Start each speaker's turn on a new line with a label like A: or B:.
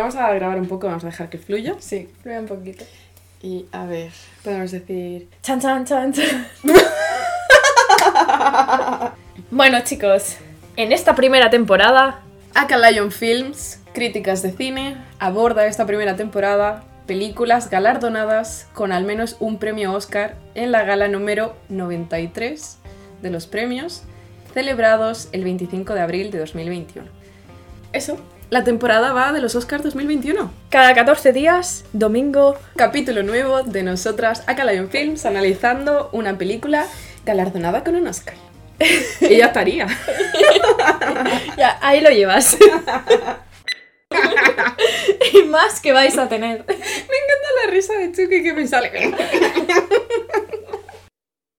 A: Vamos a grabar un poco, vamos a dejar que fluya.
B: Sí, prueba un poquito.
A: Y a ver, podemos decir.
B: Chan, chan, chan, chan. bueno, chicos, en esta primera temporada.
A: Aka Lion Films, críticas de cine, aborda esta primera temporada películas galardonadas con al menos un premio Oscar en la gala número 93 de los premios, celebrados el 25 de abril de 2021. Eso, la temporada va de los Oscars 2021.
B: Cada 14 días, domingo.
A: Capítulo nuevo de nosotras, Aka Lion Films, analizando una película galardonada con un Oscar. y ya estaría.
B: Ya, ahí lo llevas. y más que vais a tener.
A: Me encanta la risa de Chucky que me sale.